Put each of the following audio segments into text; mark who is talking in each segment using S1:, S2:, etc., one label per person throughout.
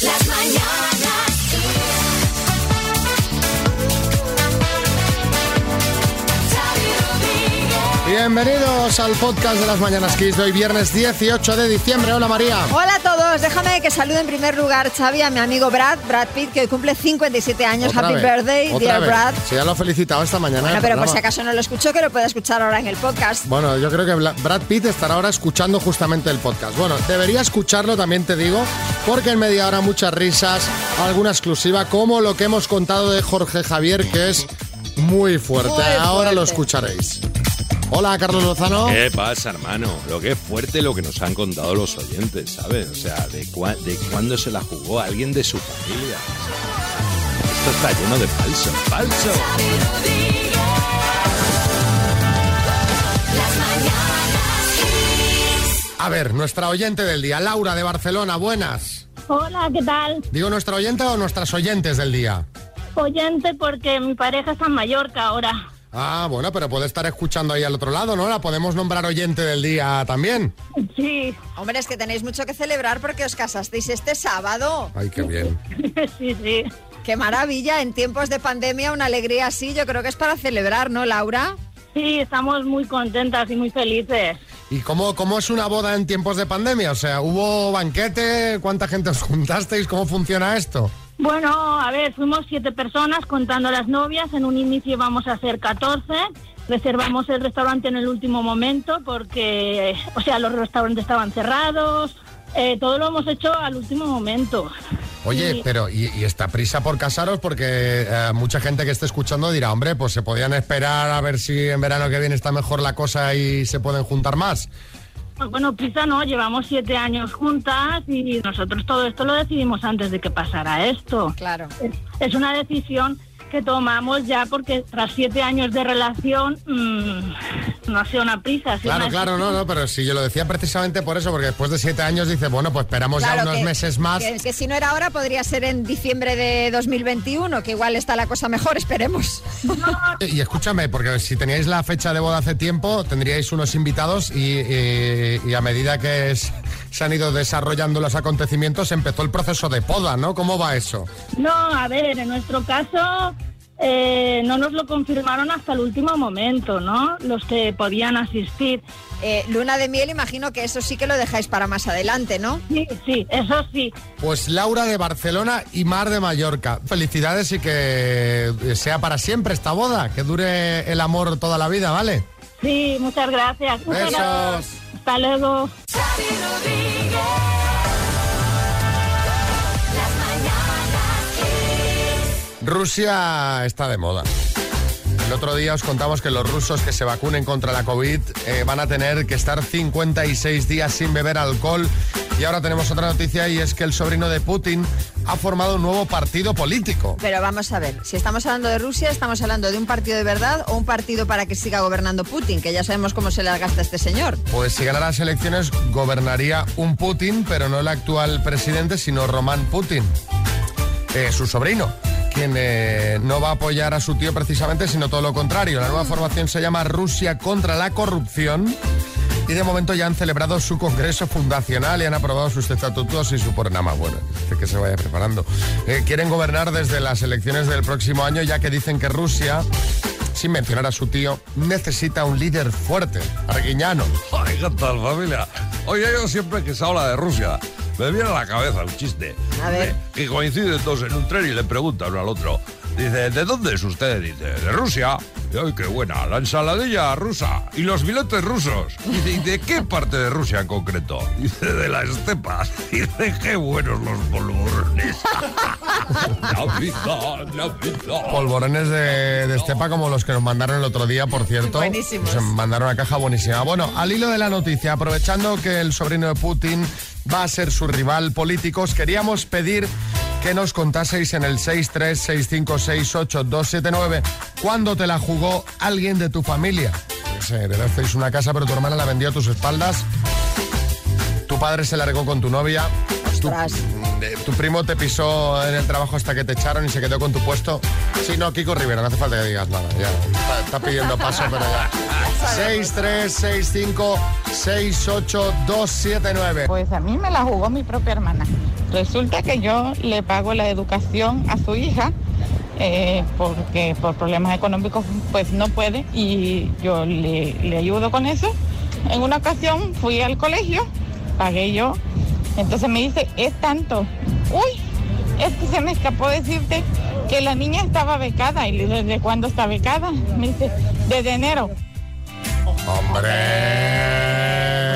S1: Las mañanas. Xavi Rodríguez.
S2: Bienvenidos al podcast de las Mañanas Kiss de hoy viernes 18 de diciembre. Hola María.
S3: Hola a todos, déjame que salude en primer lugar, Xavi, a mi amigo Brad, Brad Pitt, que hoy cumple 57 años.
S2: Otra
S3: Happy
S2: vez.
S3: birthday,
S2: Otra
S3: dear
S2: vez.
S3: Brad.
S2: Si ya lo ha felicitado esta mañana.
S3: Bueno,
S2: en
S3: pero por
S2: el
S3: si
S2: programa.
S3: acaso no lo escuchó, que lo pueda escuchar ahora en el podcast.
S2: Bueno, yo creo que Bla- Brad Pitt estará ahora escuchando justamente el podcast. Bueno, debería escucharlo también, te digo, porque en media hora muchas risas, alguna exclusiva, como lo que hemos contado de Jorge Javier, que es muy fuerte.
S3: Muy
S2: Ahora lo
S3: fuerte.
S2: escucharéis. Hola, Carlos Lozano.
S4: ¿Qué pasa, hermano? Lo que es fuerte lo que nos han contado los oyentes, ¿sabes? O sea, de, cua- de cuándo se la jugó alguien de su familia. Esto está lleno de falso, falso.
S1: Las mañanas. Kiss.
S2: A ver, nuestra oyente del día, Laura de Barcelona, buenas.
S5: Hola, ¿qué tal?
S2: Digo nuestra oyente o nuestras oyentes del día.
S5: Oyente porque mi pareja está en Mallorca ahora.
S2: Ah, bueno, pero puede estar escuchando ahí al otro lado, ¿no? La podemos nombrar oyente del día también.
S5: Sí,
S3: Hombre, es que tenéis mucho que celebrar porque os casasteis este sábado.
S2: Ay, qué bien.
S5: sí, sí.
S3: Qué maravilla, en tiempos de pandemia una alegría así, yo creo que es para celebrar, ¿no, Laura?
S5: Sí, estamos muy contentas y muy felices.
S2: ¿Y cómo, cómo es una boda en tiempos de pandemia? O sea, ¿hubo banquete? ¿Cuánta gente os juntasteis? ¿Cómo funciona esto?
S5: Bueno, a ver, fuimos siete personas contando a las novias. En un inicio vamos a ser 14. Reservamos el restaurante en el último momento porque, o sea, los restaurantes estaban cerrados. Eh, todo lo hemos hecho al último momento.
S2: Oye,
S5: Sí.
S2: pero ¿y, y esta prisa por casaros? Porque eh, mucha gente que esté escuchando dirá, hombre, pues se podían esperar a ver si en verano que viene está mejor la cosa y se pueden juntar más.
S5: Bueno, prisa no, llevamos siete años juntas y nosotros todo esto lo decidimos antes de que pasara esto.
S3: Claro.
S5: Es- Es una decisión que tomamos ya porque tras siete años de relación mm, no ha sido una prisa. ha sido
S2: Claro,
S5: una
S2: claro, no, no, pero si yo lo decía precisamente por eso, porque después de siete años dices, bueno, pues esperamos ya
S3: Claro
S2: unos
S3: que-
S2: meses más.
S3: Que, que si no era ahora, podría ser en diciembre de 2021, que igual está la cosa mejor, esperemos.
S2: Eh, Y escúchame, porque si teníais la fecha de boda hace tiempo, tendríais unos invitados y, y- y a medida que es- se han ido desarrollando los acontecimientos, empezó el proceso de poda, ¿no? ¿Cómo va eso?
S5: No, a ver, en nuestro caso eh, no nos lo confirmaron hasta el último momento, ¿no? Los que podían asistir.
S3: Eh, luna de miel, imagino que eso sí que lo dejáis para más adelante, ¿no?
S5: Sí, sí, eso sí.
S2: Pues Laura de Barcelona y Mar de Mallorca. Felicidades y que sea para siempre esta boda, que dure el amor toda la vida, ¿vale?
S5: Sí, muchas gracias. Muchas
S2: Besos.
S5: gracias. Hasta luego.
S1: Xavi Rodríguez. Las mañanas. Kiss.
S2: Rusia está de moda. El otro día os contamos que los rusos que se vacunen contra la COVID eh, van a tener que estar 56 días sin beber alcohol. Y ahora tenemos otra noticia y es que el sobrino de Putin ha formado un nuevo partido político.
S3: Pero vamos a ver, si estamos hablando de Rusia, estamos hablando de un partido de verdad o un partido para que siga gobernando Putin, que ya sabemos cómo se le gasta a este señor.
S2: Pues si ganara las elecciones gobernaría un Putin, pero no el actual presidente, sino Román Putin, eh, su sobrino, quien eh, no va a apoyar a su tío precisamente, sino todo lo contrario. La nueva formación se llama Rusia contra la corrupción. Y de momento ya han celebrado su congreso fundacional y han aprobado sus estatutos y su programa. Bueno, dice que se vaya preparando. Eh, quieren gobernar desde las elecciones del próximo año, ya que dicen que Rusia, sin mencionar a su tío, necesita un líder fuerte, arguiñano.
S4: Ay, ¿qué tal, familia? Oye, yo siempre que se habla de Rusia, me viene a la cabeza un chiste.
S3: A ver.
S4: Que coinciden dos en un tren y le preguntan uno al otro. Dice, ¿de dónde es usted? Dice, de Rusia. Y, Ay, qué buena, la ensaladilla rusa y los filetes rusos. Dice, ¿y de qué parte de Rusia en concreto? Dice, de la estepa. Dice, qué buenos los polvorones. Navidad, Navidad.
S2: Polvorones de, de estepa como los que nos mandaron el otro día, por cierto.
S3: Buenísimos.
S2: Nos mandaron una caja buenísima. Bueno, al hilo de la noticia, aprovechando que el sobrino de Putin va a ser su rival político, os queríamos pedir que nos contaseis en el 636568279 cuándo te la jugó alguien de tu familia. Pues, eh, No sé, heredasteis una casa, pero tu hermana la vendió a tus espaldas. Tu padre se largó con tu novia. Tu-
S3: Ostras.
S2: eh, tu primo te pisó en el trabajo hasta que te echaron y se quedó con tu puesto. Sí, no, Kiko Rivera, no hace falta que digas nada. ya. Está, está pidiendo paso, pero ya. 6, 3, 6, 5, 6, 8, 2, 7, 9.
S6: Pues a mí me la jugó mi propia hermana. Resulta que yo le pago la educación a su hija eh, porque por problemas económicos pues no puede y yo le, le ayudo con eso. En una ocasión fui al colegio, pagué yo, entonces me dice, es tanto. Uy, es que se me escapó decirte que la niña estaba becada y le digo, ¿desde cuándo está becada? Me dice, desde enero.
S2: ¡Hombre!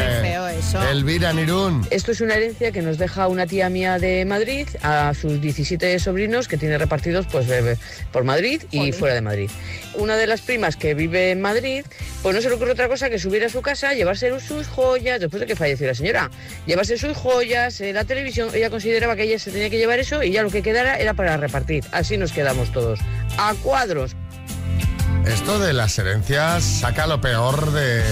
S3: Muy feo eso.
S2: Elvira Nirún.
S7: Esto es una herencia que nos deja una tía mía de Madrid a sus 17 sobrinos que tiene repartidos pues eh, por Madrid y fuera de Madrid. Una de las primas que vive en Madrid, pues no se le ocurre otra cosa que subir a su casa, llevarse sus joyas, después de que falleció la señora, llevarse sus joyas, eh, la televisión, ella consideraba que ella se tenía que llevar eso y ya lo que quedara era para repartir. Así nos quedamos todos. A cuadros.
S2: Esto de las herencias saca lo peor de,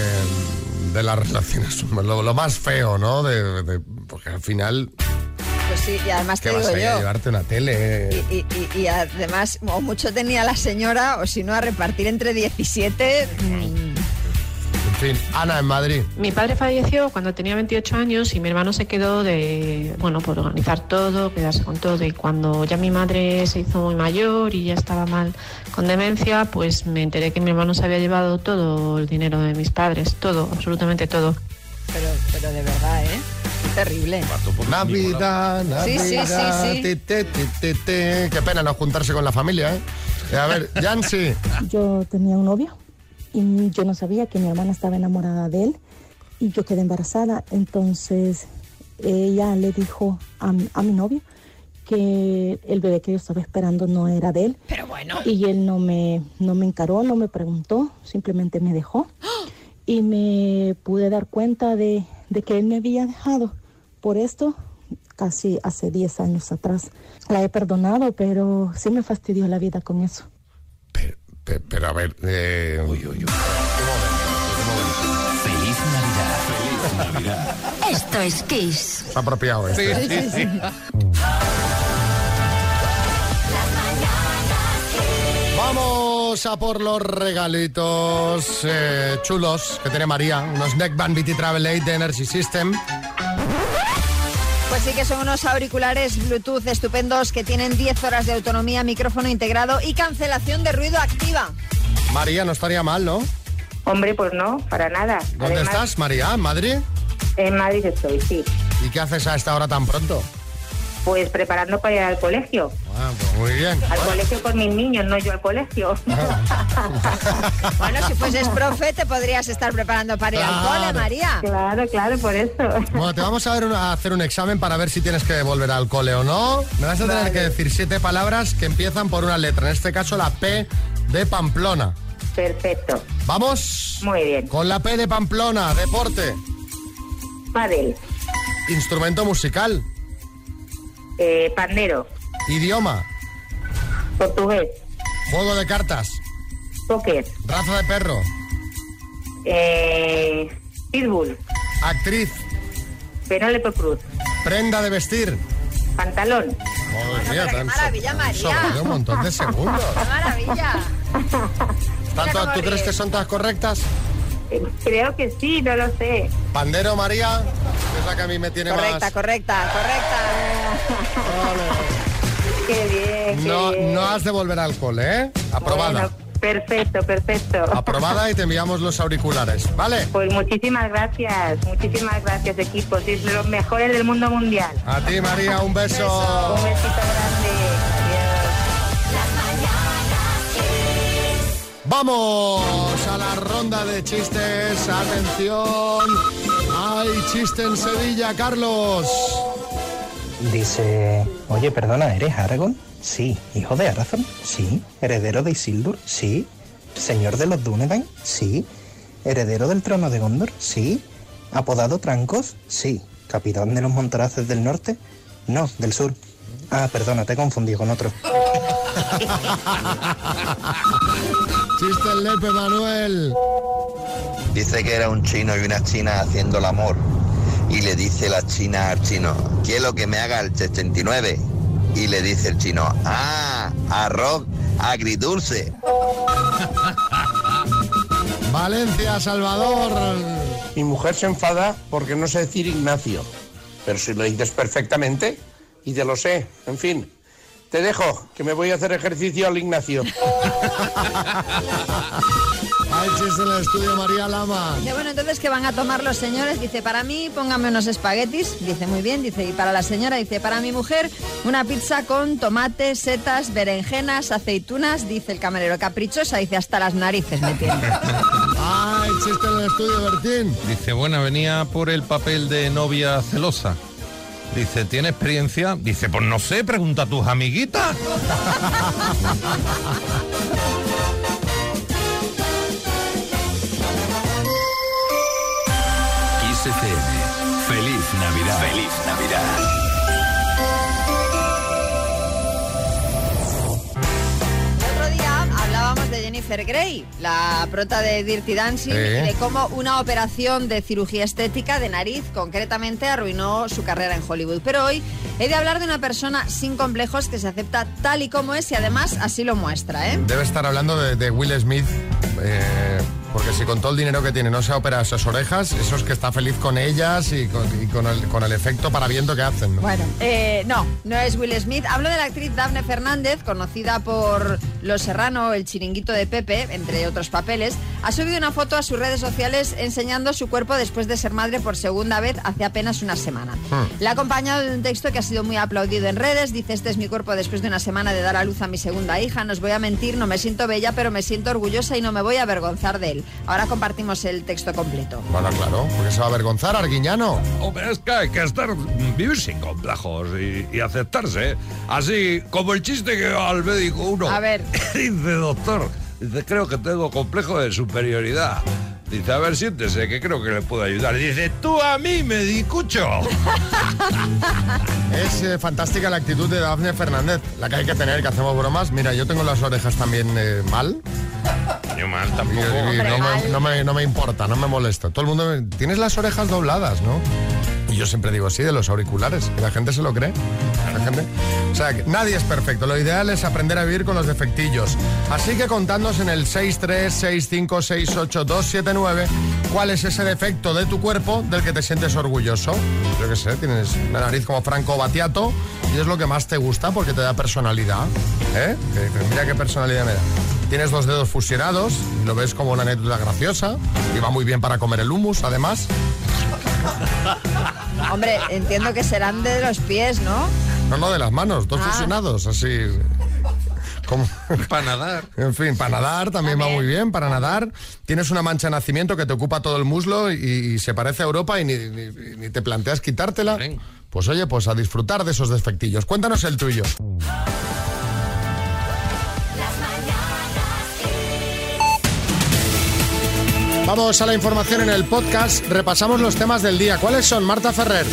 S2: de las relaciones, humanas, lo, lo más feo, ¿no? De- de- porque al final,
S3: Pues sí, y además
S2: ¿qué
S3: te
S2: vas
S3: digo
S2: a ir a
S3: yo.
S2: llevarte una tele?
S3: Y, y- y- y además, o mucho tenía la señora, o si no, a repartir entre 17. mm,
S2: En fin, Ana en Madrid.
S8: Mi padre falleció cuando tenía 28 años y mi hermano se quedó de, bueno, por organizar todo, quedarse con todo. Y cuando ya mi madre se hizo muy mayor y ya estaba mal con demencia, pues me enteré que mi hermano se había llevado todo el dinero de mis padres, todo, absolutamente todo.
S3: pero, pero de verdad, ¿eh? Qué terrible.
S4: Mató por los Nicolau.
S2: Navidad, Navidad.
S3: Sí, sí, sí, sí.
S2: ti, ti, ti, ti, ti. Qué pena no juntarse con la familia, ¿eh? Eh, A ver, Yancy.
S9: Yo tenía un novio y yo no sabía que mi hermana estaba enamorada de él y yo quedé embarazada. Entonces ella le dijo a, mi- a mi novio que el bebé que yo estaba esperando no era de él. Pero bueno. Y él no me, no me encaró, no me preguntó, simplemente me dejó. Y me pude dar cuenta de, de que él me había dejado por esto casi hace 10 años atrás. La he perdonado, pero sí me fastidió la vida con eso.
S2: Pero, pe- pero a ver, eh,
S10: Feliz Navidad. Feliz Navidad.
S1: Esto es Kiss.
S2: es apropiado esto.
S1: Las mañanas Kiss.
S2: Vamos a por los regalitos eh, chulos que tiene María. Unos Neckband BT Travel 8 de Energy System.
S3: Pues sí que son unos auriculares Bluetooth estupendos que tienen 10 horas de autonomía, micrófono integrado y cancelación de ruido activa.
S2: María, no estaría mal, ¿no?
S6: Hombre, pues no, para nada.
S2: ¿Dónde estás, María? ¿En Madrid?
S6: En Madrid estoy, sí.
S2: ¿Y qué haces a esta hora tan pronto?
S6: Pues preparando para ir al colegio.
S2: Ah, pues muy bien.
S6: Al colegio con mis niños, no yo al colegio.
S3: Bueno, si fueses profe, te podrías estar preparando para ir al
S2: Claro.
S3: cole, María.
S6: claro, claro, por eso.
S2: Bueno, te vamos a, ver un- a hacer un examen para ver si tienes que volver al cole o no. Me vas a tener que decir siete palabras que empiezan por una letra, en este caso la P de Pamplona.
S6: Perfecto.
S2: Vamos
S6: Muy bien.
S2: con la P de Pamplona, deporte,
S6: Padel,
S2: instrumento musical,
S6: eh, pandero,
S2: idioma,
S6: portugués,
S2: juego de cartas,
S6: póker,
S2: raza de perro,
S6: eh, pitbull,
S2: actriz,
S6: Penélope Cruz,
S2: prenda de vestir.
S6: pantalón.
S2: Madre
S3: pero qué
S2: tan
S3: maravilla,
S2: so-
S3: María.
S2: sobre un montón de segundos.
S3: ¡Qué maravilla!
S2: ¿Están todas-
S3: cómo
S2: ¿Tú crees
S3: ríes.
S2: que son todas correctas?
S6: Eh, creo que sí, no lo sé.
S2: Pandero, María, es la que a mí me tiene
S3: Correcta,
S2: más...
S3: correcta, correcta.
S6: Qué bien. qué
S2: No,
S6: bien.
S2: no has de volver al cole, ¿eh? Aprobada.
S6: Eh, Bueno, perfecto, perfecto.
S2: Aprobada y te enviamos los auriculares, ¿vale?
S6: Pues muchísimas gracias, muchísimas gracias equipo, sois los mejores del mundo mundial.
S2: A ti, María, un beso.
S6: Un besito grande. Adiós.
S1: Las mañanas Kiss.
S2: Vamos a la ronda de chistes. Atención. Hay chiste en Sevilla, Carlos.
S10: Dice, oye, perdona, ¿eres Aragón? Sí. ¿Hijo de Arathorn? Sí. ¿Heredero de Isildur? Sí. ¿Señor de los Dúnedain? Sí. ¿Heredero del trono de Gondor? Sí. ¿Apodado Trancos? Sí. ¿Capitán de los Montaraces del norte? No, del sur. Ah, perdona, te confundí con otro.
S2: Chiste en Lepe, Manuel.
S11: Dice que era un chino y una china haciendo el amor. Y le dice la china al chino, quiero que me haga el 69. Y le dice el chino, ah, arroz agridulce.
S2: Valencia, Salvador.
S11: Mi mujer se enfada porque no sé decir Ignacio. Pero si lo dices perfectamente,
S12: Y te lo sé, en fin. Te dejo, que me voy a hacer ejercicio al Ignacio.
S2: Hay chiste en el estudio, María Lama.
S3: Dice, bueno, entonces, ¿qué van a tomar los señores? Dice, para mí, póngame unos espaguetis. Dice, muy bien. Dice, y para la señora, dice, para mi mujer, una pizza con tomate, setas, berenjenas, aceitunas. Dice el camarero, caprichosa. Dice, hasta las narices me tiene.
S2: Hay chiste en el estudio, Bertín.
S13: Dice, bueno, venía por el papel de novia celosa. Dice, ¿tiene experiencia? Dice, pues no sé, pregunta a tus amiguitas.
S14: Kiss FM. Feliz Navidad. Feliz Navidad.
S3: El otro día hablábamos de Jennifer Grey, la prota de Dirty
S2: Sí.
S3: Dancing, y de cómo una operación de cirugía estética de nariz concretamente arruinó su carrera en Hollywood. Pero hoy he de hablar de una persona sin complejos que se acepta tal y como es y además así lo muestra, ¿eh?
S2: Debe estar hablando de, de Will Smith, eh, porque si con todo el dinero que tiene no se opera esas orejas, eso es que está feliz con ellas y con, y con el, con el efecto para viento que hacen. ¿no?
S3: Bueno, eh, no, no es Will Smith. Hablo de la actriz Daphne Fernández, conocida por Los Serrano, El Chiringuito de Pepe, entre otros papeles. Ha subido una foto a sus redes sociales enseñando su cuerpo después de ser madre por segunda vez hace apenas una semana.
S1: Hmm.
S3: La ha acompañado de un texto que ha sido muy aplaudido en redes. Dice, este es mi cuerpo después de una semana de dar a luz a mi segunda hija. No os voy a mentir, no me siento bella, pero me siento orgullosa y no me voy a avergonzar de él. Ahora compartimos el texto completo.
S2: Bueno, claro, porque se va a avergonzar Arguiñano.
S4: Hombre, es que hay que estar, mm, vivir sin complejos y, y aceptarse. Así como el chiste que al médico uno.
S3: A ver.
S4: Dice, doctor, dice, creo que tengo complejo de superioridad. Dice, a ver, siéntese, que creo que le puedo ayudar. Y dice, tú a mí, medicucho.
S2: Es eh, fantástica la actitud de Dafne Fernández, la que hay que tener, que hacemos bromas. Mira, yo tengo las orejas también eh, mal.
S4: Yo mal
S2: Y-
S4: tampoco.
S2: y no, me, no me- no me importa, no me molesta. Todo el mundo... me- Tienes las orejas dobladas, ¿no? Y yo siempre digo, sí, de los auriculares. Y la gente se lo cree. La gente... O sea, que nadie es perfecto. Lo ideal es aprender a vivir con los defectillos. Así que contadnos en el 636568279 cuál es ese defecto de tu cuerpo del que te sientes orgulloso. Yo qué sé, tienes una nariz como Franco Batiato y es lo que más te gusta porque te da personalidad. ¿eh? Que dices, Mira qué personalidad me da. Tienes dos dedos fusionados y lo ves como una anécdota graciosa y va muy bien para comer el hummus, además.
S3: Hombre, entiendo que serán de los pies, ¿no?
S2: No, no, de las manos, dos
S3: Ah.
S2: fusionados, así. Como... Para nadar. En fin, para nadar también va muy bien, para nadar. Tienes una mancha de nacimiento que te ocupa todo el muslo y, y se parece a Europa y ni, ni- ni te planteas quitártela. Pues oye, pues a disfrutar de esos defectillos. Cuéntanos el tuyo. Vamos a la información en el podcast. Repasamos los temas del día. ¿Cuáles son, Marta Ferrer?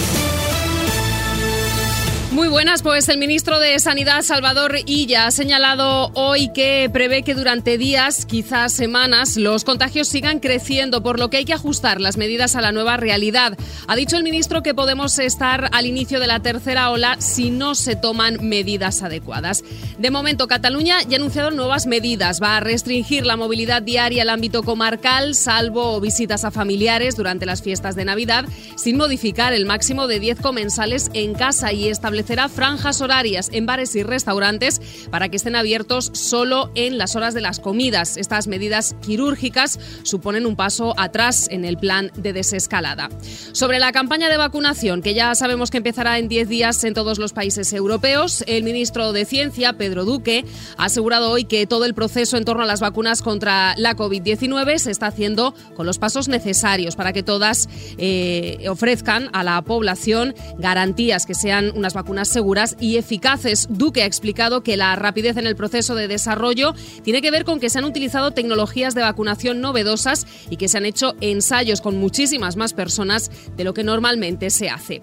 S15: Muy buenas, pues el ministro de Sanidad, Salvador Illa, ha señalado hoy que prevé que durante días, quizás semanas, los contagios sigan creciendo, por lo que hay que ajustar las medidas a la nueva realidad. Ha dicho el ministro que podemos estar al inicio de la tercera ola si no se toman medidas adecuadas. De momento, Cataluña ya ha anunciado nuevas medidas. Va a restringir la movilidad diaria al ámbito comarcal, salvo visitas a familiares durante las fiestas de Navidad, sin modificar el máximo de 10 comensales en casa y establecerá franjas horarias en bares y restaurantes para que estén abiertos solo en las horas de las comidas. Estas medidas quirúrgicas suponen un paso atrás en el plan de desescalada. Sobre la campaña de vacunación, que ya sabemos que empezará en 10 días en todos los países europeos, el ministro de Ciencia, Pedro Duque, ha asegurado hoy que todo el proceso en torno a las vacunas contra la COVID-19 se está haciendo con los pasos necesarios para que todas eh, ofrezcan a la población garantías que sean unas vacunas seguras y eficaces. Duque ha explicado que la rapidez en el proceso de desarrollo tiene que ver con que se han utilizado tecnologías de vacunación novedosas y que se han hecho ensayos con muchísimas más personas de lo que normalmente se hace.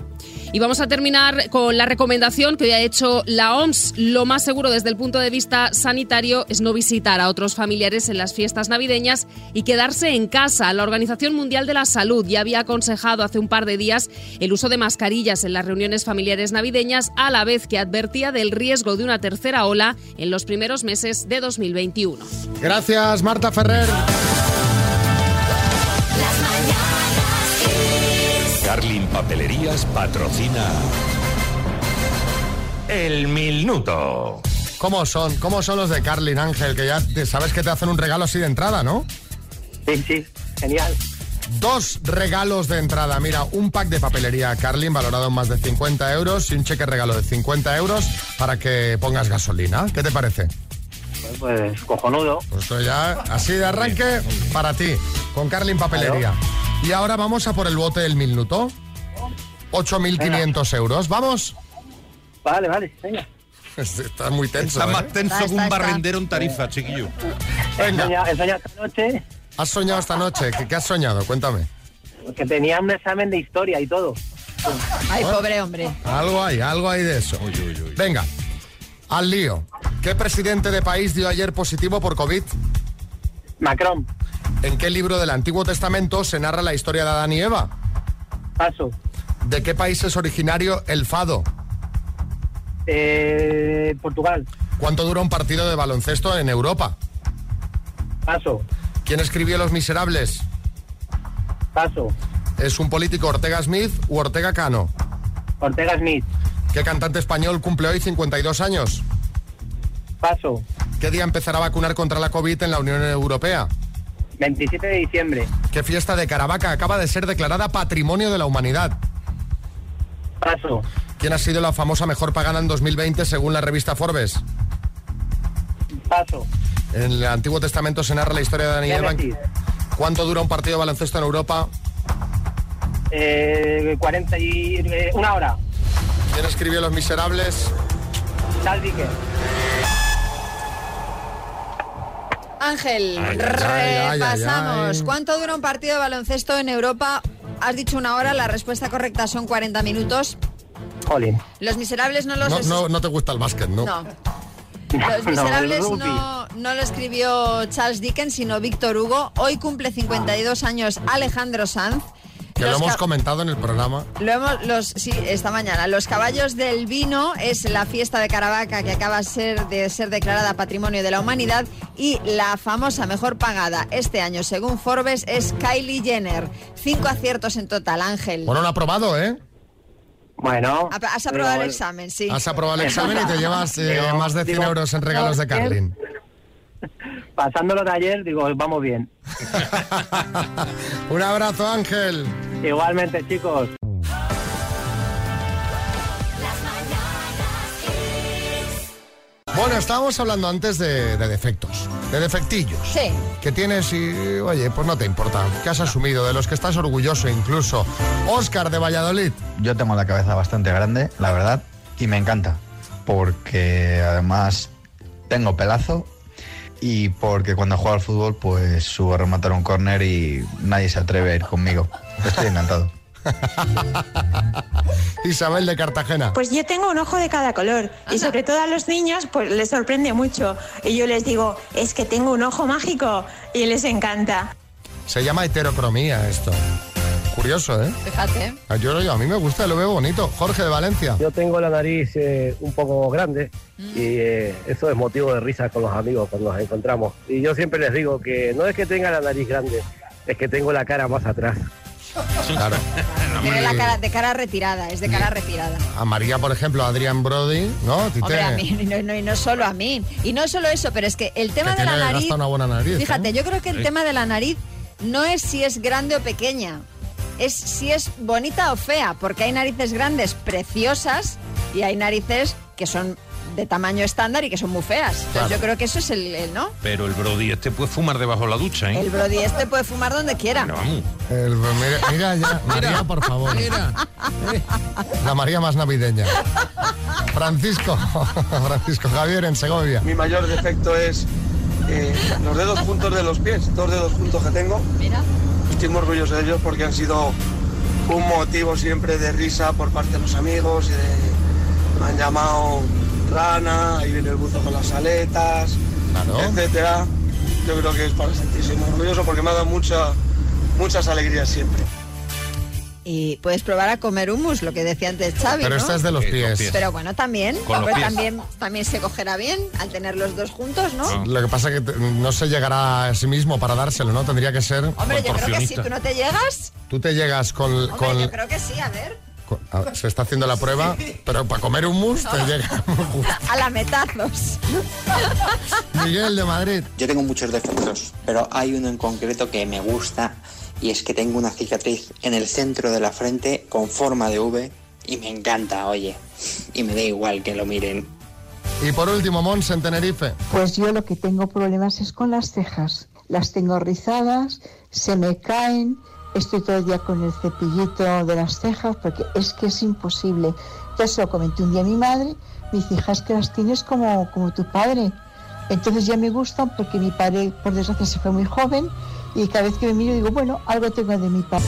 S15: Y vamos a terminar con la recomendación que hoy ha hecho la OMS. Lo más seguro desde el punto de vista sanitario es no visitar a otros familiares en las fiestas navideñas y quedarse en casa. La Organización Mundial de la Salud ya había aconsejado hace un par de días el uso de mascarillas en las reuniones familiares navideñas, a la vez que advertía del riesgo de una tercera ola en los primeros meses de 2021.
S2: Gracias, Marta Ferrer.
S14: Carlin Papelerías patrocina
S13: el minuto.
S2: ¿Cómo son? ¿Cómo son los de Carlin Ángel? Que ya te- sabes que te hacen un regalo así de entrada, ¿no?
S16: Sí, sí, genial.
S2: Dos regalos de entrada. Mira, un pack de papelería Carlin valorado en más de 50 euros y un cheque regalo de 50 euros para que pongas gasolina. ¿Qué te parece?
S16: Pues cojonudo.
S2: Pues esto ya, así de arranque, para ti, con Carlin Papelería. Y ahora vamos a por el bote del minuto. 8.500 euros. ¿Vamos?
S16: Vale, vale, venga.
S2: Está muy tenso.
S13: Está
S2: ¿eh?
S13: más tenso que un barrendero en tarifa, chiquillo.
S16: Venga. He soñado esta noche
S2: ¿Has soñado esta noche? ¿Qué, qué has soñado? Cuéntame.
S16: que tenía un examen de historia y todo.
S3: Ay, pobre hombre.
S2: Algo hay, algo hay de eso. Venga, al lío. ¿Qué presidente de país dio ayer positivo por COVID?
S16: Macron.
S2: ¿En qué libro del Antiguo Testamento se narra la historia de Adán y Eva?
S16: Paso.
S2: ¿De qué país es originario el fado?
S16: Eh, Portugal.
S2: ¿Cuánto dura un partido de baloncesto en Europa?
S16: Paso.
S2: ¿Quién escribió Los Miserables?
S16: Paso.
S2: ¿Es un político Ortega Smith u Ortega Cano?
S16: Ortega Smith.
S2: ¿Qué cantante español cumple hoy 52 años?
S16: Paso.
S2: ¿Qué día empezará a vacunar contra la COVID en la Unión Europea?
S16: 27 de diciembre.
S2: ¿Qué fiesta de Caravaca acaba de ser declarada Patrimonio de la Humanidad?
S16: Paso.
S2: ¿Quién ha sido la famosa mejor pagada en 2020 según la revista Forbes?
S16: Paso.
S2: En el Antiguo Testamento se narra la historia de Daniel
S16: Nemesis.
S2: ¿Cuánto dura un partido de baloncesto en Europa?
S16: Eh, 40 y... eh, una hora.
S2: ¿Quién escribió Los Miserables?
S16: Tal dique.
S3: Ángel,
S2: Ay, ay, ay, ay,
S3: repasamos.
S2: ay.
S3: ¿Cuánto dura un partido de baloncesto en Europa? Has dicho una hora, la respuesta correcta son 40 minutos.
S16: Jolín.
S3: Los miserables no los...
S2: No, no, no te gusta el básquet, ¿no?
S3: No. Los
S2: No,
S3: miserables
S2: el
S3: no,
S2: rugby.
S3: no lo escribió Charles Dickens, sino Víctor Hugo. Hoy cumple 52 años Alejandro Sanz.
S2: Que lo
S3: Los
S2: hemos
S3: ca-
S2: comentado en el programa.
S3: Lo hemos, los, sí, esta mañana. Los caballos del vino es la fiesta de Caravaca que acaba ser de ser declarada Patrimonio de la Humanidad y la famosa mejor pagada este año, según Forbes, es Kylie Jenner. Cinco aciertos en total, Ángel.
S2: Bueno, lo ha aprobado, ¿eh?
S16: Bueno.
S3: Ha- Has aprobado el examen, sí.
S2: Has aprobado el examen y te llevas eh,
S16: Digo,
S2: más de 100
S16: digo,
S2: euros en regalos de Carlin.
S16: Pasándolo de ayer, digo, vamos bien.
S2: Un abrazo, Ángel.
S16: Igualmente, chicos.
S2: Bueno, estábamos hablando antes de, de defectos, de defectillos.
S3: Sí.
S2: Que tienes y, oye, pues no te importa, que has asumido, de los que estás orgulloso incluso. Óscar de Valladolid.
S17: Yo tengo la cabeza bastante grande, la verdad, y me encanta. Porque además tengo pelazo y porque cuando juego al fútbol pues subo a rematar un córner y nadie se atreve a ir conmigo. Estoy encantado.
S2: Isabel de Cartagena.
S18: Pues yo tengo un ojo de cada color y sobre todo a los niños pues les sorprende mucho y yo les digo, es que tengo un ojo mágico y les encanta.
S2: Se llama heterocromía esto. Curioso, ¿eh?
S3: Fíjate.
S2: Ah, Yo lo a mí me gusta, lo veo bonito. Jorge de Valencia.
S19: Yo tengo la nariz eh, un poco grande y eh, eso es motivo de risa con los amigos cuando nos encontramos. Y yo siempre les digo que no es que tenga la nariz grande, es que tengo la cara más atrás.
S2: Claro.
S3: Tiene la cara, de cara retirada, es de cara retirada.
S2: A María, por ejemplo, Adrián Brody, ¿no? Tite,
S3: Hombre, a mí, y no, no- y no solo a mí. Y no solo eso, pero es que el
S2: que
S3: tema de
S2: tiene
S3: la nariz...
S2: hasta una buena nariz.
S3: Fíjate,
S2: ¿eh?
S3: yo creo que el
S2: Sí.
S3: tema de la nariz no es si es grande o pequeña, es si es bonita o fea, porque hay narices grandes preciosas y hay narices que son de tamaño estándar y que son muy feas. Entonces
S13: Claro.
S3: yo creo que eso es el, el no.
S13: Pero el Brody este puede fumar debajo de la ducha, ¿eh?
S3: El Brody este puede fumar donde quiera.
S13: Pero vamos.
S2: El- mira, mira ya, María, por favor. La María más navideña. Francisco, Francisco Javier en Segovia.
S20: Mi mayor defecto es eh, los dedos juntos de los pies, dos dedos juntos que tengo. Estoy muy orgulloso de ellos porque han sido un motivo siempre de risa por parte de los amigos. y de- me han llamado rana, ahí viene el buzo con las aletas, etcétera. Yo creo que es para sentirse muy orgulloso porque me ha dado mucha- muchas alegrías siempre.
S3: Y puedes probar a comer humus, lo que decía antes Xavi,
S2: Pero
S3: ¿no?
S2: esta es de los Sí, con pies. pies.
S3: Pero bueno, también,
S2: Con los
S3: pues
S2: pies.
S3: también, también se cogerá bien al tener los dos juntos, ¿no?
S2: Lo que pasa es que te- no se llegará a sí mismo para dárselo, ¿no? Tendría que ser
S3: Hombre, yo creo que si tú no te llegas,
S2: Tú te llegas con,
S3: hombre,
S2: con-
S3: yo creo que sí, a ver.
S2: co- a- se está haciendo la prueba, pero para comer un mus te llega muy justo.
S3: A la metazos.
S2: Miguel de Madrid.
S21: Yo tengo muchos defectos, pero hay uno en concreto que me gusta y es que tengo una cicatriz en el centro de la frente con forma de V y me encanta, oye. Y me da igual que lo miren.
S2: Y por último, Mons en Tenerife.
S22: Pues yo lo que tengo problemas es con las cejas. Las tengo rizadas, se me caen, estoy todo el día con el cepillito de las cejas porque es que es imposible. Ya se lo comenté un día a mi madre, me dice, hijas que las tienes como, como tu padre. Entonces ya me gustan porque mi padre, por desgracia, se fue muy joven y cada vez que me miro digo, bueno, algo tengo de mi padre.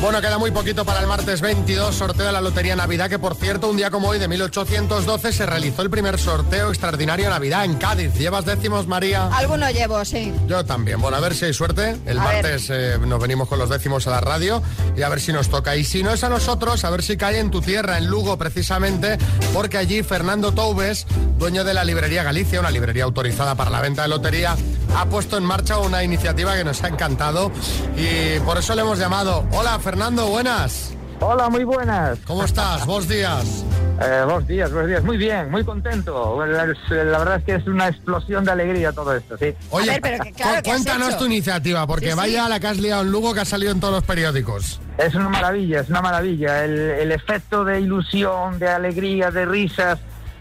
S2: Bueno, queda muy poquito para el martes 22, sorteo de la Lotería Navidad, que por cierto, un día como hoy de 1812 se realizó el primer sorteo extraordinario Navidad en Cádiz. ¿Llevas décimos, María?
S3: Alguno llevo, sí.
S2: Yo también. Bueno, a ver si hay suerte. El
S3: A ver.
S2: martes eh, nos venimos con los décimos a la radio y a ver si nos toca. Y si no es a nosotros, a ver si cae en tu tierra, en Lugo precisamente, porque allí Fernando Toubes, dueño de la librería Galicia, una librería autorizada para la venta de lotería, ha puesto en marcha una iniciativa que nos ha encantado y por eso le hemos llamado. Hola, Fernando, buenas.
S23: Hola, muy buenas.
S2: ¿Cómo estás? Vos días.
S23: Eh, buenos días, buenos días. Muy bien, muy contento. Bueno, La, es- la verdad es que es una explosión de alegría todo esto, sí.
S2: Oye, cu- cuéntanos tu iniciativa, porque
S23: Sí, sí.
S2: vaya la que has liado en Lugo que ha salido en todos los periódicos.
S23: Es una maravilla, es una maravilla. El, el efecto de ilusión, de alegría, de risas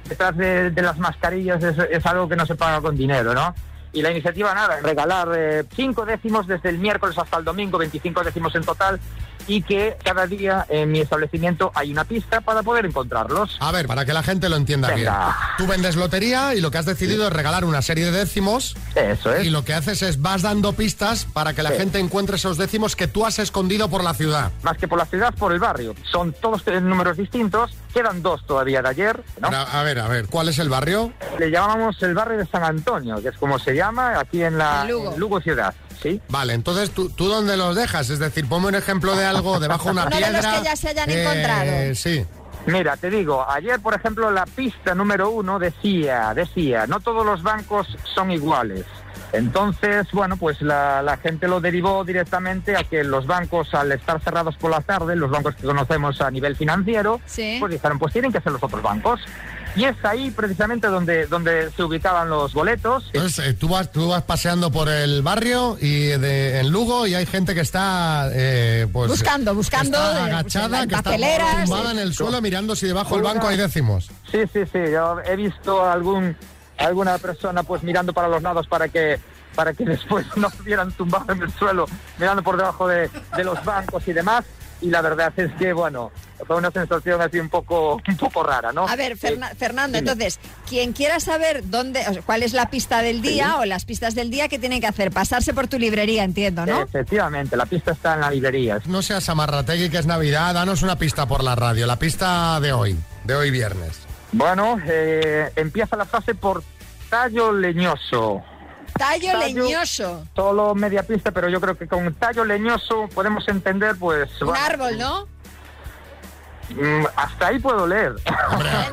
S23: detrás de, de las mascarillas es, es algo que no se paga con dinero, ¿no? Y la iniciativa, nada, regalar eh, cinco décimos desde el miércoles hasta el domingo, 25 décimos en total, y que cada día eh, en mi establecimiento hay una pista para poder encontrarlos.
S2: A ver, para que la gente lo entienda
S23: Venga.
S2: bien. Tú vendes lotería y lo que has decidido es regalar una serie de décimos.
S23: Eso es.
S2: Y lo que haces es vas dando pistas para que la gente encuentre esos décimos que tú has escondido por la ciudad.
S23: Más que por la ciudad, por el barrio. Son todos eh, números distintos. Quedan dos todavía de ayer. ¿no?
S2: a ver, a ver, ¿cuál es el barrio?
S23: Le llamamos el barrio de San Antonio, que es como se llama aquí en la
S2: En Lugo.
S23: en ciudad. ¿sí?
S2: Vale, entonces tú, tú dónde los dejas, es decir, ponme un ejemplo de algo debajo de una
S23: Uno de
S2: piedra.
S23: los que ya se hayan
S2: Eh,
S23: encontrado.
S2: Sí.
S23: Mira, te digo, ayer, por ejemplo, la pista número uno decía, decía, no todos los bancos son iguales. Entonces, bueno, pues la, la gente lo derivó directamente a que los bancos, al estar cerrados por la tarde, los bancos que conocemos a nivel financiero, pues dijeron, pues tienen que ser los otros bancos. Y es ahí precisamente donde, donde se ubicaban los boletos.
S2: Entonces, eh, tú, vas, tú vas paseando por el barrio y de- en Lugo y hay gente que está eh, pues,
S3: buscando, buscando.
S2: está
S3: eh,
S2: agachada,
S23: pues,
S3: en
S2: que está
S3: papeleras.
S2: tumbada en el suelo mirando si debajo del banco hay décimos.
S23: Sí, sí, sí. Yo he visto algún alguna persona pues mirando para los lados para que para que después no hubieran tumbado en el suelo, mirando por debajo de, de los bancos y demás. Y la verdad es que bueno, fue una sensación así un poco un poco rara, ¿no?
S3: A ver, Ferna-
S23: Eh,
S3: Fernando,
S23: dime.
S3: entonces, quien quiera saber dónde, o sea, cuál es la pista del día o las pistas del día, ¿qué tiene que hacer? Pasarse por tu librería, entiendo, ¿no?
S23: Eh, Efectivamente, la pista está en la librería.
S2: No seas amarrategui que es Navidad, danos una pista por la radio, la pista de hoy, de hoy viernes.
S23: Bueno, eh, empieza la frase por tallo leñoso.
S3: Tallo,
S23: Tallo-
S3: leñoso.
S23: Solo media pista, pero yo creo que con tallo leñoso podemos entender pues
S3: Un
S23: bueno,
S3: árbol, ¿no?
S23: Mm, Hasta ahí puedo leer.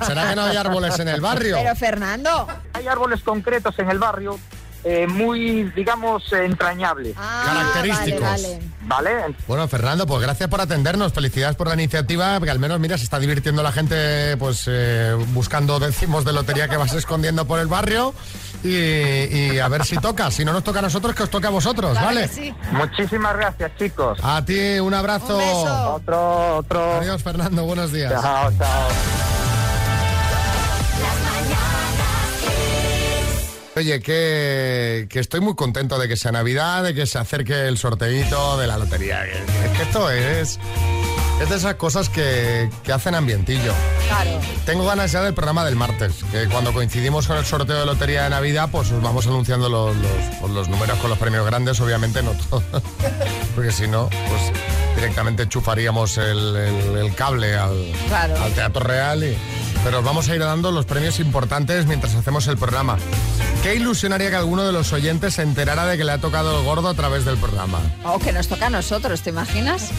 S2: ¿será que no hay árboles en el barrio?
S3: Pero Fernando.
S23: Hay árboles concretos en el barrio eh, muy, digamos, eh, entrañables.
S3: ah,
S2: Característicos. vale,
S23: Vale.
S2: Bueno, Fernando, pues gracias por atendernos, felicidades por la iniciativa, que al menos, mira, se está divirtiendo la gente pues eh, buscando décimos de lotería que vas escondiendo por el barrio y, y a ver si toca, si no nos toca a nosotros, que os toque a vosotros, Pues ¿vale?
S23: Muchísimas gracias, chicos.
S2: A ti un abrazo.
S23: Un beso. Otro, otro.
S2: Adiós, Fernando, buenos días.
S23: Chao, chao.
S2: Oye, que, que estoy muy contento de que sea Navidad, de que se acerque el sorteíto de la lotería. que- que esto es, es de esas cosas que, que hacen ambientillo.
S3: Claro.
S2: Tengo ganas ya del programa del martes, que cuando coincidimos con el sorteo de lotería de Navidad, pues os vamos anunciando los, los- pues los números con los premios grandes, obviamente no todos, porque si no, pues directamente chufaríamos el, el- el cable al,
S3: Claro.
S2: al Teatro Real. y- pero os vamos a ir dando los premios importantes mientras hacemos el programa. Qué ilusionaría que alguno de los oyentes se enterara de que le ha tocado el gordo a través del programa.
S3: O Oh, que nos toca a nosotros, ¿te imaginas?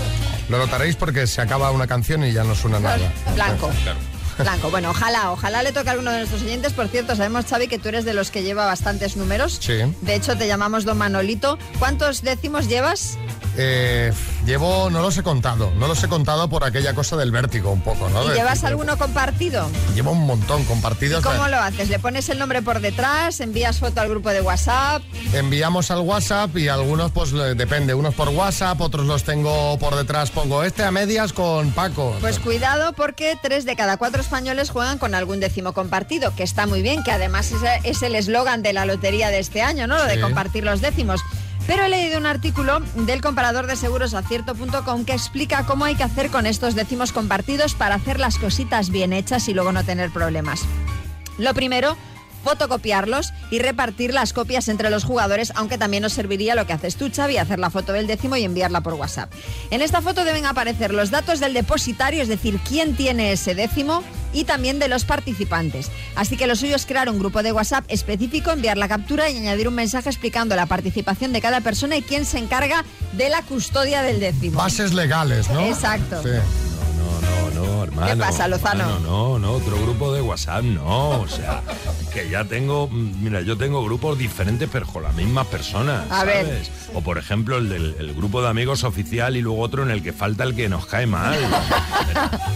S2: Lo notaréis porque se acaba una canción y ya no suena nada.
S3: Blanco.
S2: Claro.
S3: Blanco. Bueno, ojalá, ojalá le toque a alguno de nuestros oyentes. Por cierto, sabemos, Xavi, que tú eres de los que lleva bastantes números.
S2: Sí.
S3: De hecho, te llamamos Don Manolito. ¿Cuántos décimos llevas?
S2: Eh, llevo, no los he contado, no los he contado por aquella cosa del vértigo un poco, ¿no?
S3: ¿Y
S2: De-
S3: llevas
S2: de-
S3: alguno compartido?
S2: Llevo un montón compartidos.
S3: ¿Cómo lo haces? ¿Le pones el nombre por detrás? ¿Envías foto al grupo de WhatsApp?
S2: Enviamos al WhatsApp y algunos, pues le- depende, unos por WhatsApp, otros los tengo por detrás, pongo este a medias con Paco.
S3: Pues cuidado porque tres de cada cuatro españoles juegan con algún décimo compartido, que está muy bien, que además es, es el eslogan de la lotería de este año, ¿no? Lo de
S2: Sí.
S3: compartir los décimos. Pero he leído un artículo del comparador de seguros acierto.com que explica cómo hay que hacer con estos décimos compartidos para hacer las cositas bien hechas y luego no tener problemas. Lo primero, fotocopiarlos y repartir las copias entre los jugadores, aunque también nos serviría lo que haces tú, Xavi, hacer la foto del décimo y enviarla por WhatsApp. En esta foto deben aparecer los datos del depositario, es decir, quién tiene ese décimo y también de los participantes. Así que lo suyo es crear un grupo de WhatsApp específico, enviar la captura y añadir un mensaje explicando la participación de cada persona y quién se encarga de la custodia del décimo.
S2: Bases legales, ¿no?
S3: Exacto.
S2: Sí.
S4: No, no, hermano.
S3: ¿Qué pasa, Lozano?
S4: hermano, No, no, otro grupo de WhatsApp, no. O sea, que ya tengo, mm, mira, yo tengo grupos diferentes, pero con las mismas personas.
S3: A ver.
S4: ¿sabes? O por ejemplo, el del el grupo de amigos oficial y luego otro en el que falta el que nos cae mal.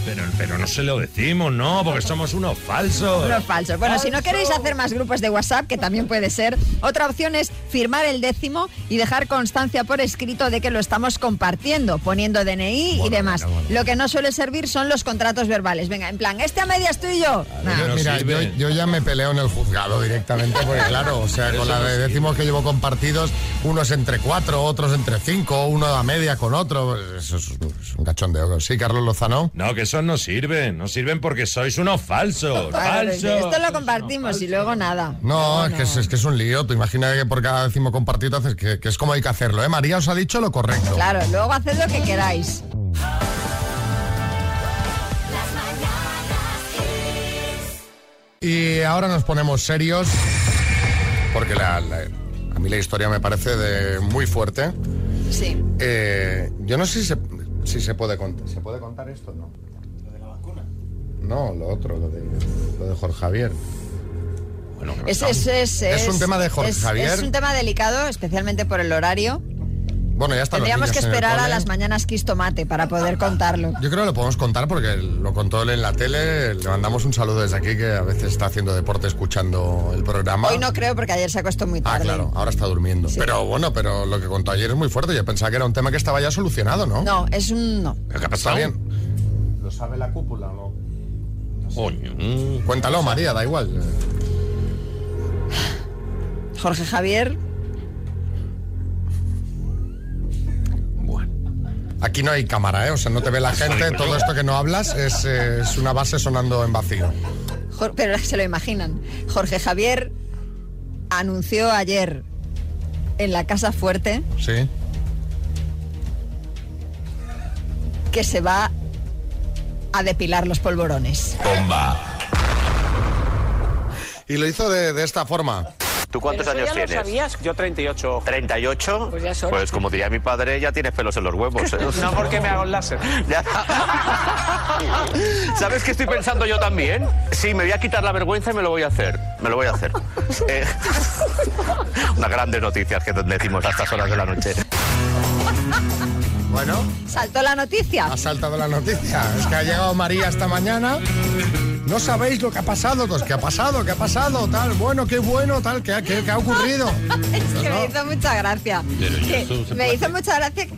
S4: Pero, pero no se lo decimos, no, porque somos unos falsos.
S3: Unos falsos. Bueno, si no queréis hacer más grupos de WhatsApp, que también puede ser, otra opción es firmar el décimo y dejar constancia por escrito de que lo estamos compartiendo, poniendo DNI y demás. Lo que no suele servir son los contratos verbales. Venga, en plan, este a medias tú y yo. Nah.
S2: Yo, mira, yo, yo ya me peleo en el juzgado directamente, porque claro, o sea, con la de décimos que llevo compartidos, unos entre cuatro, otros entre cinco, uno a media con otro. Eso es, un- es un cachondeo. Sí, Carlos Lozano.
S4: No, que esos no sirven, no sirven porque sois unos falsos.
S3: Claro,
S4: falsos.
S3: esto lo compartimos y luego nada.
S2: No, es que, es, es que es un lío. Tú imagina que por cada décimo compartido haces que, que es como hay que hacerlo, ¿eh? María os ha dicho lo correcto.
S3: Claro, luego haced lo que queráis.
S2: Y ahora nos ponemos serios, porque la- la- a mí la historia me parece de muy fuerte.
S3: Sí.
S2: Eh, yo no sé si se, si se puede contar. ¿Se puede contar esto o no? No, lo otro, lo de, lo de Jorge Javier. Bueno,
S3: Es, es- es-
S2: Es un
S3: es-
S2: tema de Jorge
S3: es-
S2: Javier.
S3: Es un tema delicado, especialmente por el horario.
S2: Bueno, ya está. los
S3: Tendríamos que
S2: niños en el
S3: esperar a
S2: cole.
S3: las mañanas Kiss Tomate para poder contarlo.
S2: Yo creo que lo podemos contar porque lo contó él en la tele. Le mandamos un saludo desde aquí que a veces está haciendo deporte escuchando el programa.
S3: Hoy no creo porque ayer se acostó muy
S2: Ah,
S3: tarde.
S2: claro, ahora está durmiendo. Pero bueno, pero lo que contó ayer es muy fuerte. Yo pensaba que era un tema que estaba ya solucionado, ¿no?
S3: No, es un no.
S2: ¿Qué ha pasado? bien. ¿Lo sabe la cúpula no? Cuéntalo, María, da igual.
S3: Jorge Javier,
S2: Aquí no hay cámara, ¿eh? O sea, no te ve la gente. Todo esto que no hablas es, eh, es una base sonando en vacío.
S3: Jor- pero se lo imaginan. Jorge Javier anunció ayer en la Casa Fuerte
S2: Sí.
S3: que se va a depilar los polvorones.
S2: Bomba. Y lo hizo de, de esta forma.
S5: ¿Tú cuántos
S2: Pero
S5: años
S2: eso ya lo
S5: tienes? Yo 38. ¿38? Pues, es hora. como diría mi padre, ya tienes pelos en los huevos. ¿eh? No, porque me hago el láser. Ya. ¿Sabes qué estoy pensando yo también? Sí, me voy a quitar la vergüenza y me lo voy a hacer. Me lo voy a hacer. Eh, unas grandes noticias que decimos a estas horas de la noche.
S2: Bueno.
S3: Saltó la noticia.
S2: Ha saltado la noticia. Es que ha llegado María esta mañana. No sabéis lo que ha pasado, pues qué ha pasado, qué ha pasado, tal, bueno, qué bueno, tal, qué, ha- qué- qué ha ocurrido.
S13: Ah,
S3: Es que
S2: Ah, No,
S3: me hizo mucha gracia.
S13: Pero ¿y
S3: Que
S13: eso se
S3: me
S13: puede
S3: hizo mucha gracia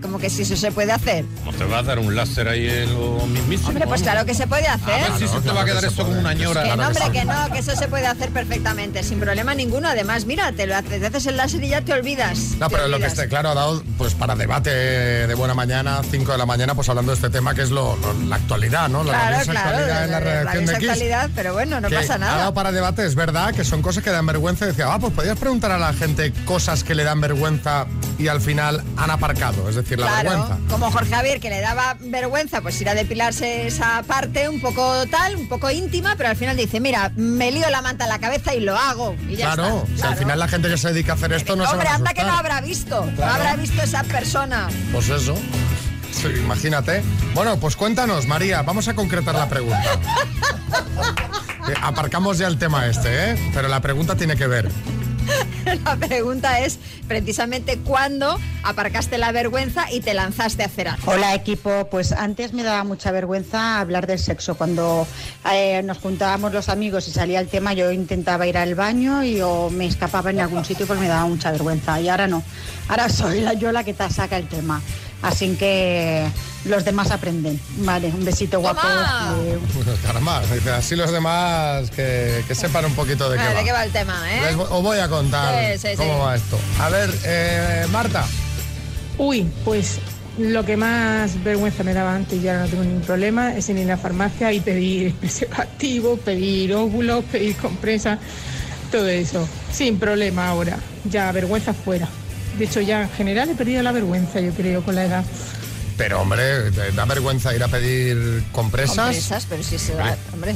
S3: como que si eso se puede hacer.
S13: ¿No te va a dar un láser ahí en lo
S4: Ah,
S13: mismísimo?
S3: Hombre, pues claro que se puede hacer.
S2: Ah,
S13: A ver si se te va a quedar eso como una ñora.
S3: Que no, hombre, que no, que eso se puede hacer perfectamente, sin problema ninguno. Además, mira, te lo haces, te haces el láser y ya te olvidas.
S2: No,
S3: Te
S2: pero lo que
S3: olvidas.
S2: esté claro ha dado pues para debate de buena mañana, 5 de la mañana, pues hablando de este tema que es lo, lo- la actualidad, ¿no? La
S3: Claro,
S2: rabiosa
S3: claro,
S2: actualidad en la redacción de
S3: rabiosa
S2: Kiss.
S3: actualidad, pero bueno, no
S2: que
S3: pasa
S2: Ha
S3: nada.
S2: dado para debate, es verdad, que son cosas que dan vergüenza. Y decía, ah, pues podías preguntar a la gente cosas que le dan vergüenza y al final han aparcado, es decir, la
S3: Claro,
S2: vergüenza.
S3: como Jorge Javier, que le daba vergüenza pues ir a depilarse esa parte un poco tal, un poco íntima, pero al final dice, mira, me lío la manta en la cabeza y lo hago. Y ya
S2: Claro,
S3: está.
S2: o sea, al final la gente que se dedica a hacer esto no se
S3: Hombre,
S2: va a
S3: anda que
S2: asustar.
S3: no habrá visto, no
S2: Claro.
S3: habrá visto esa persona.
S2: Pues eso. Sí, imagínate. Bueno, pues cuéntanos, María, vamos a concretar la pregunta. Eh, Aparcamos ya el tema este, ¿eh? Pero la pregunta tiene que ver.
S3: La pregunta es precisamente cuándo aparcaste la vergüenza y te lanzaste a hacer algo.
S1: Hola equipo, pues antes me daba mucha vergüenza hablar del sexo. Cuando eh, nos juntábamos los amigos y salía el tema, yo intentaba ir al baño y o me escapaba en algún sitio, pues me daba mucha vergüenza. Y ahora no, ahora soy la, yo la que te saca el tema. Así que los demás aprenden. Vale, un besito guapo. Eh,
S2: Caramba, así los demás que, que sepan un poquito de qué
S3: Ah,
S2: va.
S3: ¿De qué va el tema, eh?
S2: Les vo- os voy a contar
S3: Sí, sí,
S2: cómo
S3: sí.
S2: va esto. A ver, eh, Marta.
S24: Uy, pues lo que más vergüenza me daba antes, ya no tengo ningún problema, es en ir a la farmacia y pedir preservativos, pedir óvulos, pedir compresas, todo eso. Sin problema ahora. Ya vergüenza fuera. De hecho, ya en general he perdido la vergüenza, yo creo, con la edad.
S2: Pero hombre, te da vergüenza ir a pedir compresas.
S3: Compresas, pero sí se da, hombre.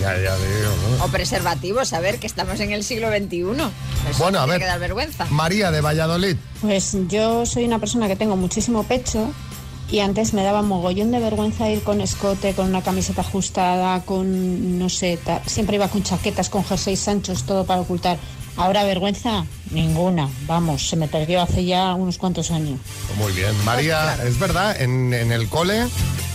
S2: Ya, ya digo. ¿no?
S3: O preservativos, a ver, que estamos en el siglo XXI. Eso
S2: Bueno, a
S3: tiene
S2: ver.
S3: que dar vergüenza.
S2: María de Valladolid.
S25: Pues yo soy una persona que tengo muchísimo pecho y antes me daba mogollón de vergüenza ir con escote, con una camiseta ajustada, con no sé, ta- siempre iba con chaquetas, con jerseys anchos, todo para ocultar. Ahora vergüenza ninguna, vamos, se me perdió hace ya unos cuantos años.
S2: Muy bien. María, es verdad, en, en el cole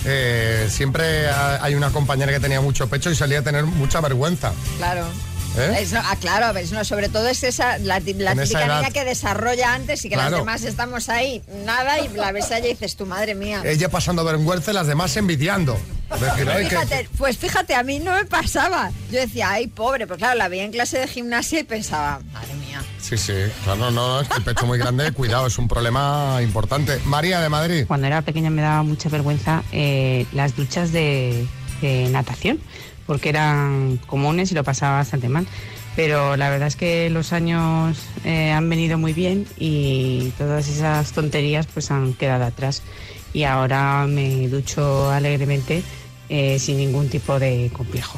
S2: eh, siempre ha- hay una compañera que tenía mucho pecho y salía a tener mucha vergüenza.
S3: Claro.
S2: ¿Eh?
S3: Es, no, ah, claro, es, no, sobre todo es esa, la, ti- la
S2: En esa
S3: típica niña
S2: edad.
S3: que desarrolla antes y que
S2: Claro.
S3: las demás estamos ahí, nada, y la ves a ella y dices, tu madre mía.
S2: Ella pasando vergüenza y las demás envidiando. Decir, "Ay, que-
S3: Fíjate, pues fíjate, a mí no me pasaba. Yo decía, ay, pobre, pues claro, la veía en clase de gimnasia y pensaba, madre mía.
S2: Sí, sí, claro, no, es que el pecho muy grande, cuidado, es un problema importante. María de Madrid.
S6: Cuando era pequeña me daba mucha vergüenza eh, las duchas de, de natación, porque eran comunes y lo pasaba bastante mal. Pero la verdad es que los años eh, han venido muy bien y todas esas tonterías pues han quedado atrás. Y ahora me ducho alegremente eh, sin ningún tipo de complejo.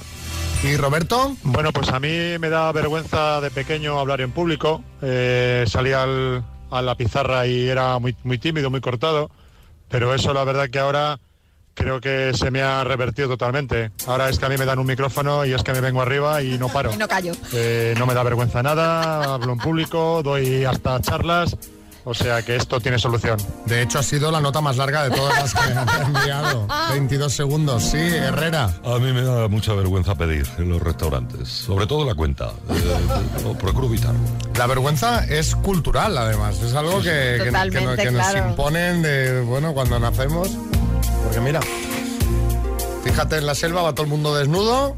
S2: ¿Y Roberto?
S26: Bueno, pues a mí me da vergüenza de pequeño hablar en público. Eh, salía al- a la pizarra y era muy, muy tímido, muy cortado. Pero eso la verdad que ahora creo que se me ha revertido totalmente. Ahora es que a mí me dan un micrófono y es que me vengo arriba y no paro.
S3: Y no callo.
S26: Eh, no me da vergüenza nada, hablo en público, doy hasta charlas. O sea que esto tiene solución.
S2: De hecho, ha sido la nota más larga de todas las que han enviado. 22 segundos, sí, Herrera.
S13: A mí me da mucha vergüenza pedir en los restaurantes, sobre todo la cuenta. Eh, lo procuro evitarlo.
S2: La vergüenza es cultural, además. Es algo que, que- que no- que
S13: Totalmente,
S2: nos
S13: claro.
S2: imponen de, bueno, cuando nacemos. Porque mira, fíjate, en la selva va todo el mundo desnudo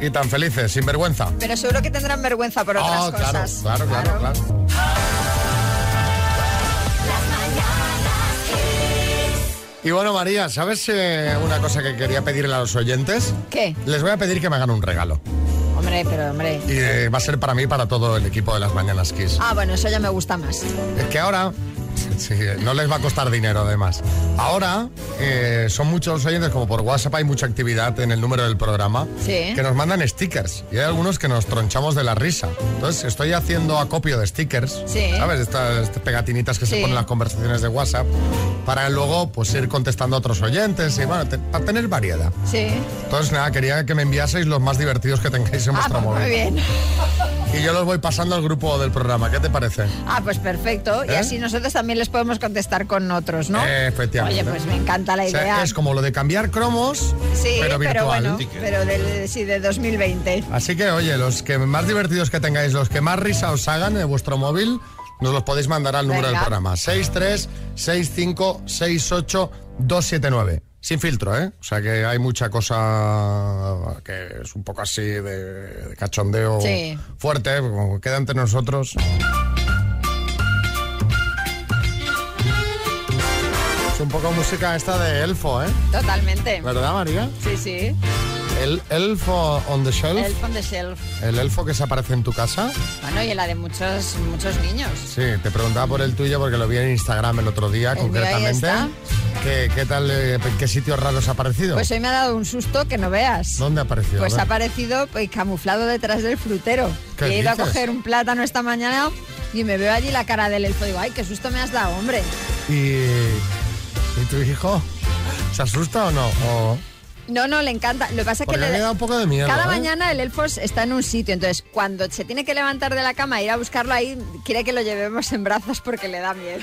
S2: y tan felices, sin vergüenza.
S3: Pero seguro que tendrán vergüenza por otras
S2: Ah, claro,
S3: cosas.
S2: claro, claro, claro. Y bueno, María, ¿sabes eh, una cosa que quería pedirle a los oyentes?
S3: ¿Qué?
S2: Les voy a pedir que me hagan un regalo.
S3: Hombre, pero hombre.
S2: Y eh, va a ser para mí y para todo el equipo de las Mañanas Kiss.
S3: Ah, bueno, eso ya me gusta más.
S2: Es que ahora, sí, no les va a costar dinero además. Ahora eh, son muchos los oyentes, como por WhatsApp hay mucha actividad en el número del programa,
S3: Sí.
S2: que nos mandan stickers. Y hay algunos que nos tronchamos de la risa. Entonces estoy haciendo acopio de stickers,
S3: Sí.
S2: ¿sabes? Estas, estas pegatinitas que se
S3: Sí.
S2: ponen en las conversaciones de WhatsApp, para luego pues ir contestando a otros oyentes y bueno, te- para tener variedad.
S3: Sí.
S2: Entonces nada, quería que me enviaseis los más divertidos que tengáis en
S3: Ah,
S2: vuestra
S3: pues
S2: móvil.
S3: muy bien.
S2: Y yo los voy pasando al grupo del programa. ¿Qué te parece?
S3: Ah, pues perfecto. Y
S2: ¿Eh?
S3: así nosotros también les podemos contestar con otros, ¿no?
S2: Eh, efectivamente.
S3: Oye, pues me encanta la
S2: O sea,
S3: idea.
S2: es como lo de cambiar cromos,
S3: Sí,
S2: pero virtual. ¿eh?
S3: bueno, pero del, sí, de 2020.
S2: Así que, oye, los que más divertidos que tengáis, los que más risa os hagan en vuestro móvil, nos los podéis mandar al número
S3: Venga.
S2: del programa. 636568279. Sin filtro, ¿eh? O sea que hay mucha cosa que es un poco así de, de cachondeo
S27: Sí.
S2: fuerte, ¿eh? como queda entre nosotros. Es un poco música esta de elfo, ¿eh?
S3: Totalmente.
S2: ¿Verdad, María?
S3: Sí, sí.
S2: El elfo on the shelf.
S3: Elf on the shelf.
S2: El elfo que se aparece en tu casa.
S3: Bueno, y la de muchos, muchos niños.
S2: Sí, te preguntaba por el tuyo porque lo vi en Instagram el otro día,
S3: El mío ahí
S2: concretamente.
S3: está.
S2: ¿Qué, qué tal, eh, qué sitios raros ha aparecido?
S3: Pues hoy me ha dado un susto que no veas.
S2: ¿Dónde ha aparecido?
S3: Pues
S2: A
S3: ha
S2: ver.
S3: aparecido pues, camuflado detrás del frutero.
S2: ¿Qué
S3: Y he ido a
S2: dices?
S3: coger un plátano esta mañana y me veo allí la cara del elfo. Digo, ay, qué susto me has dado, hombre.
S2: Y ¿Y tu hijo? ¿Se asusta o no? O-
S3: No, no, le encanta. Lo que pasa es que
S2: Porque a mí
S3: le
S2: me da un poco de miedo,
S3: Cada
S2: ¿eh?
S3: mañana el Elfos está en un sitio, entonces cuando se tiene que levantar de la cama e ir a buscarlo ahí, quiere que lo llevemos en brazos porque le da miedo.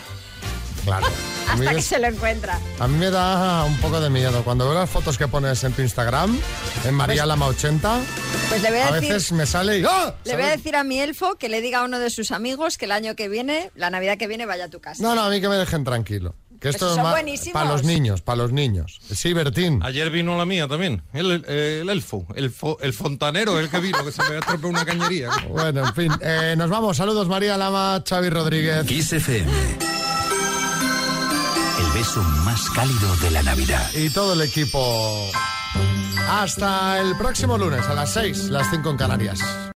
S2: Claro. A mí
S3: Hasta que
S2: es-
S3: se lo encuentra.
S2: A mí me da un poco de miedo. Cuando veo las fotos que pones en tu Instagram, en María Lama 80,
S3: Pues le Pues voy a,
S2: a
S3: decir.
S2: veces me sale y ¡ah!
S3: Le voy a
S2: ¿Sabes?
S3: decir a mi elfo que le diga a uno de sus amigos que el año que viene, la Navidad que viene, vaya a tu casa.
S2: No, no, a mí que me dejen tranquilo. Que
S3: Pues
S2: esto
S3: son
S2: es más
S3: buenísimos.
S2: para los niños, para los niños. Sí, Bertín.
S13: Ayer vino la mía también, el, eh, el elfo, el, fo- el fontanero, el que vino, que se me estropeó una cañería.
S2: Bueno, en fin, eh, nos vamos. Saludos María Lama, Xavi Rodríguez.
S14: Kiss FM. El beso más cálido de la Navidad.
S2: Y todo el equipo. Hasta el próximo lunes a las 6, las 5 en Canarias.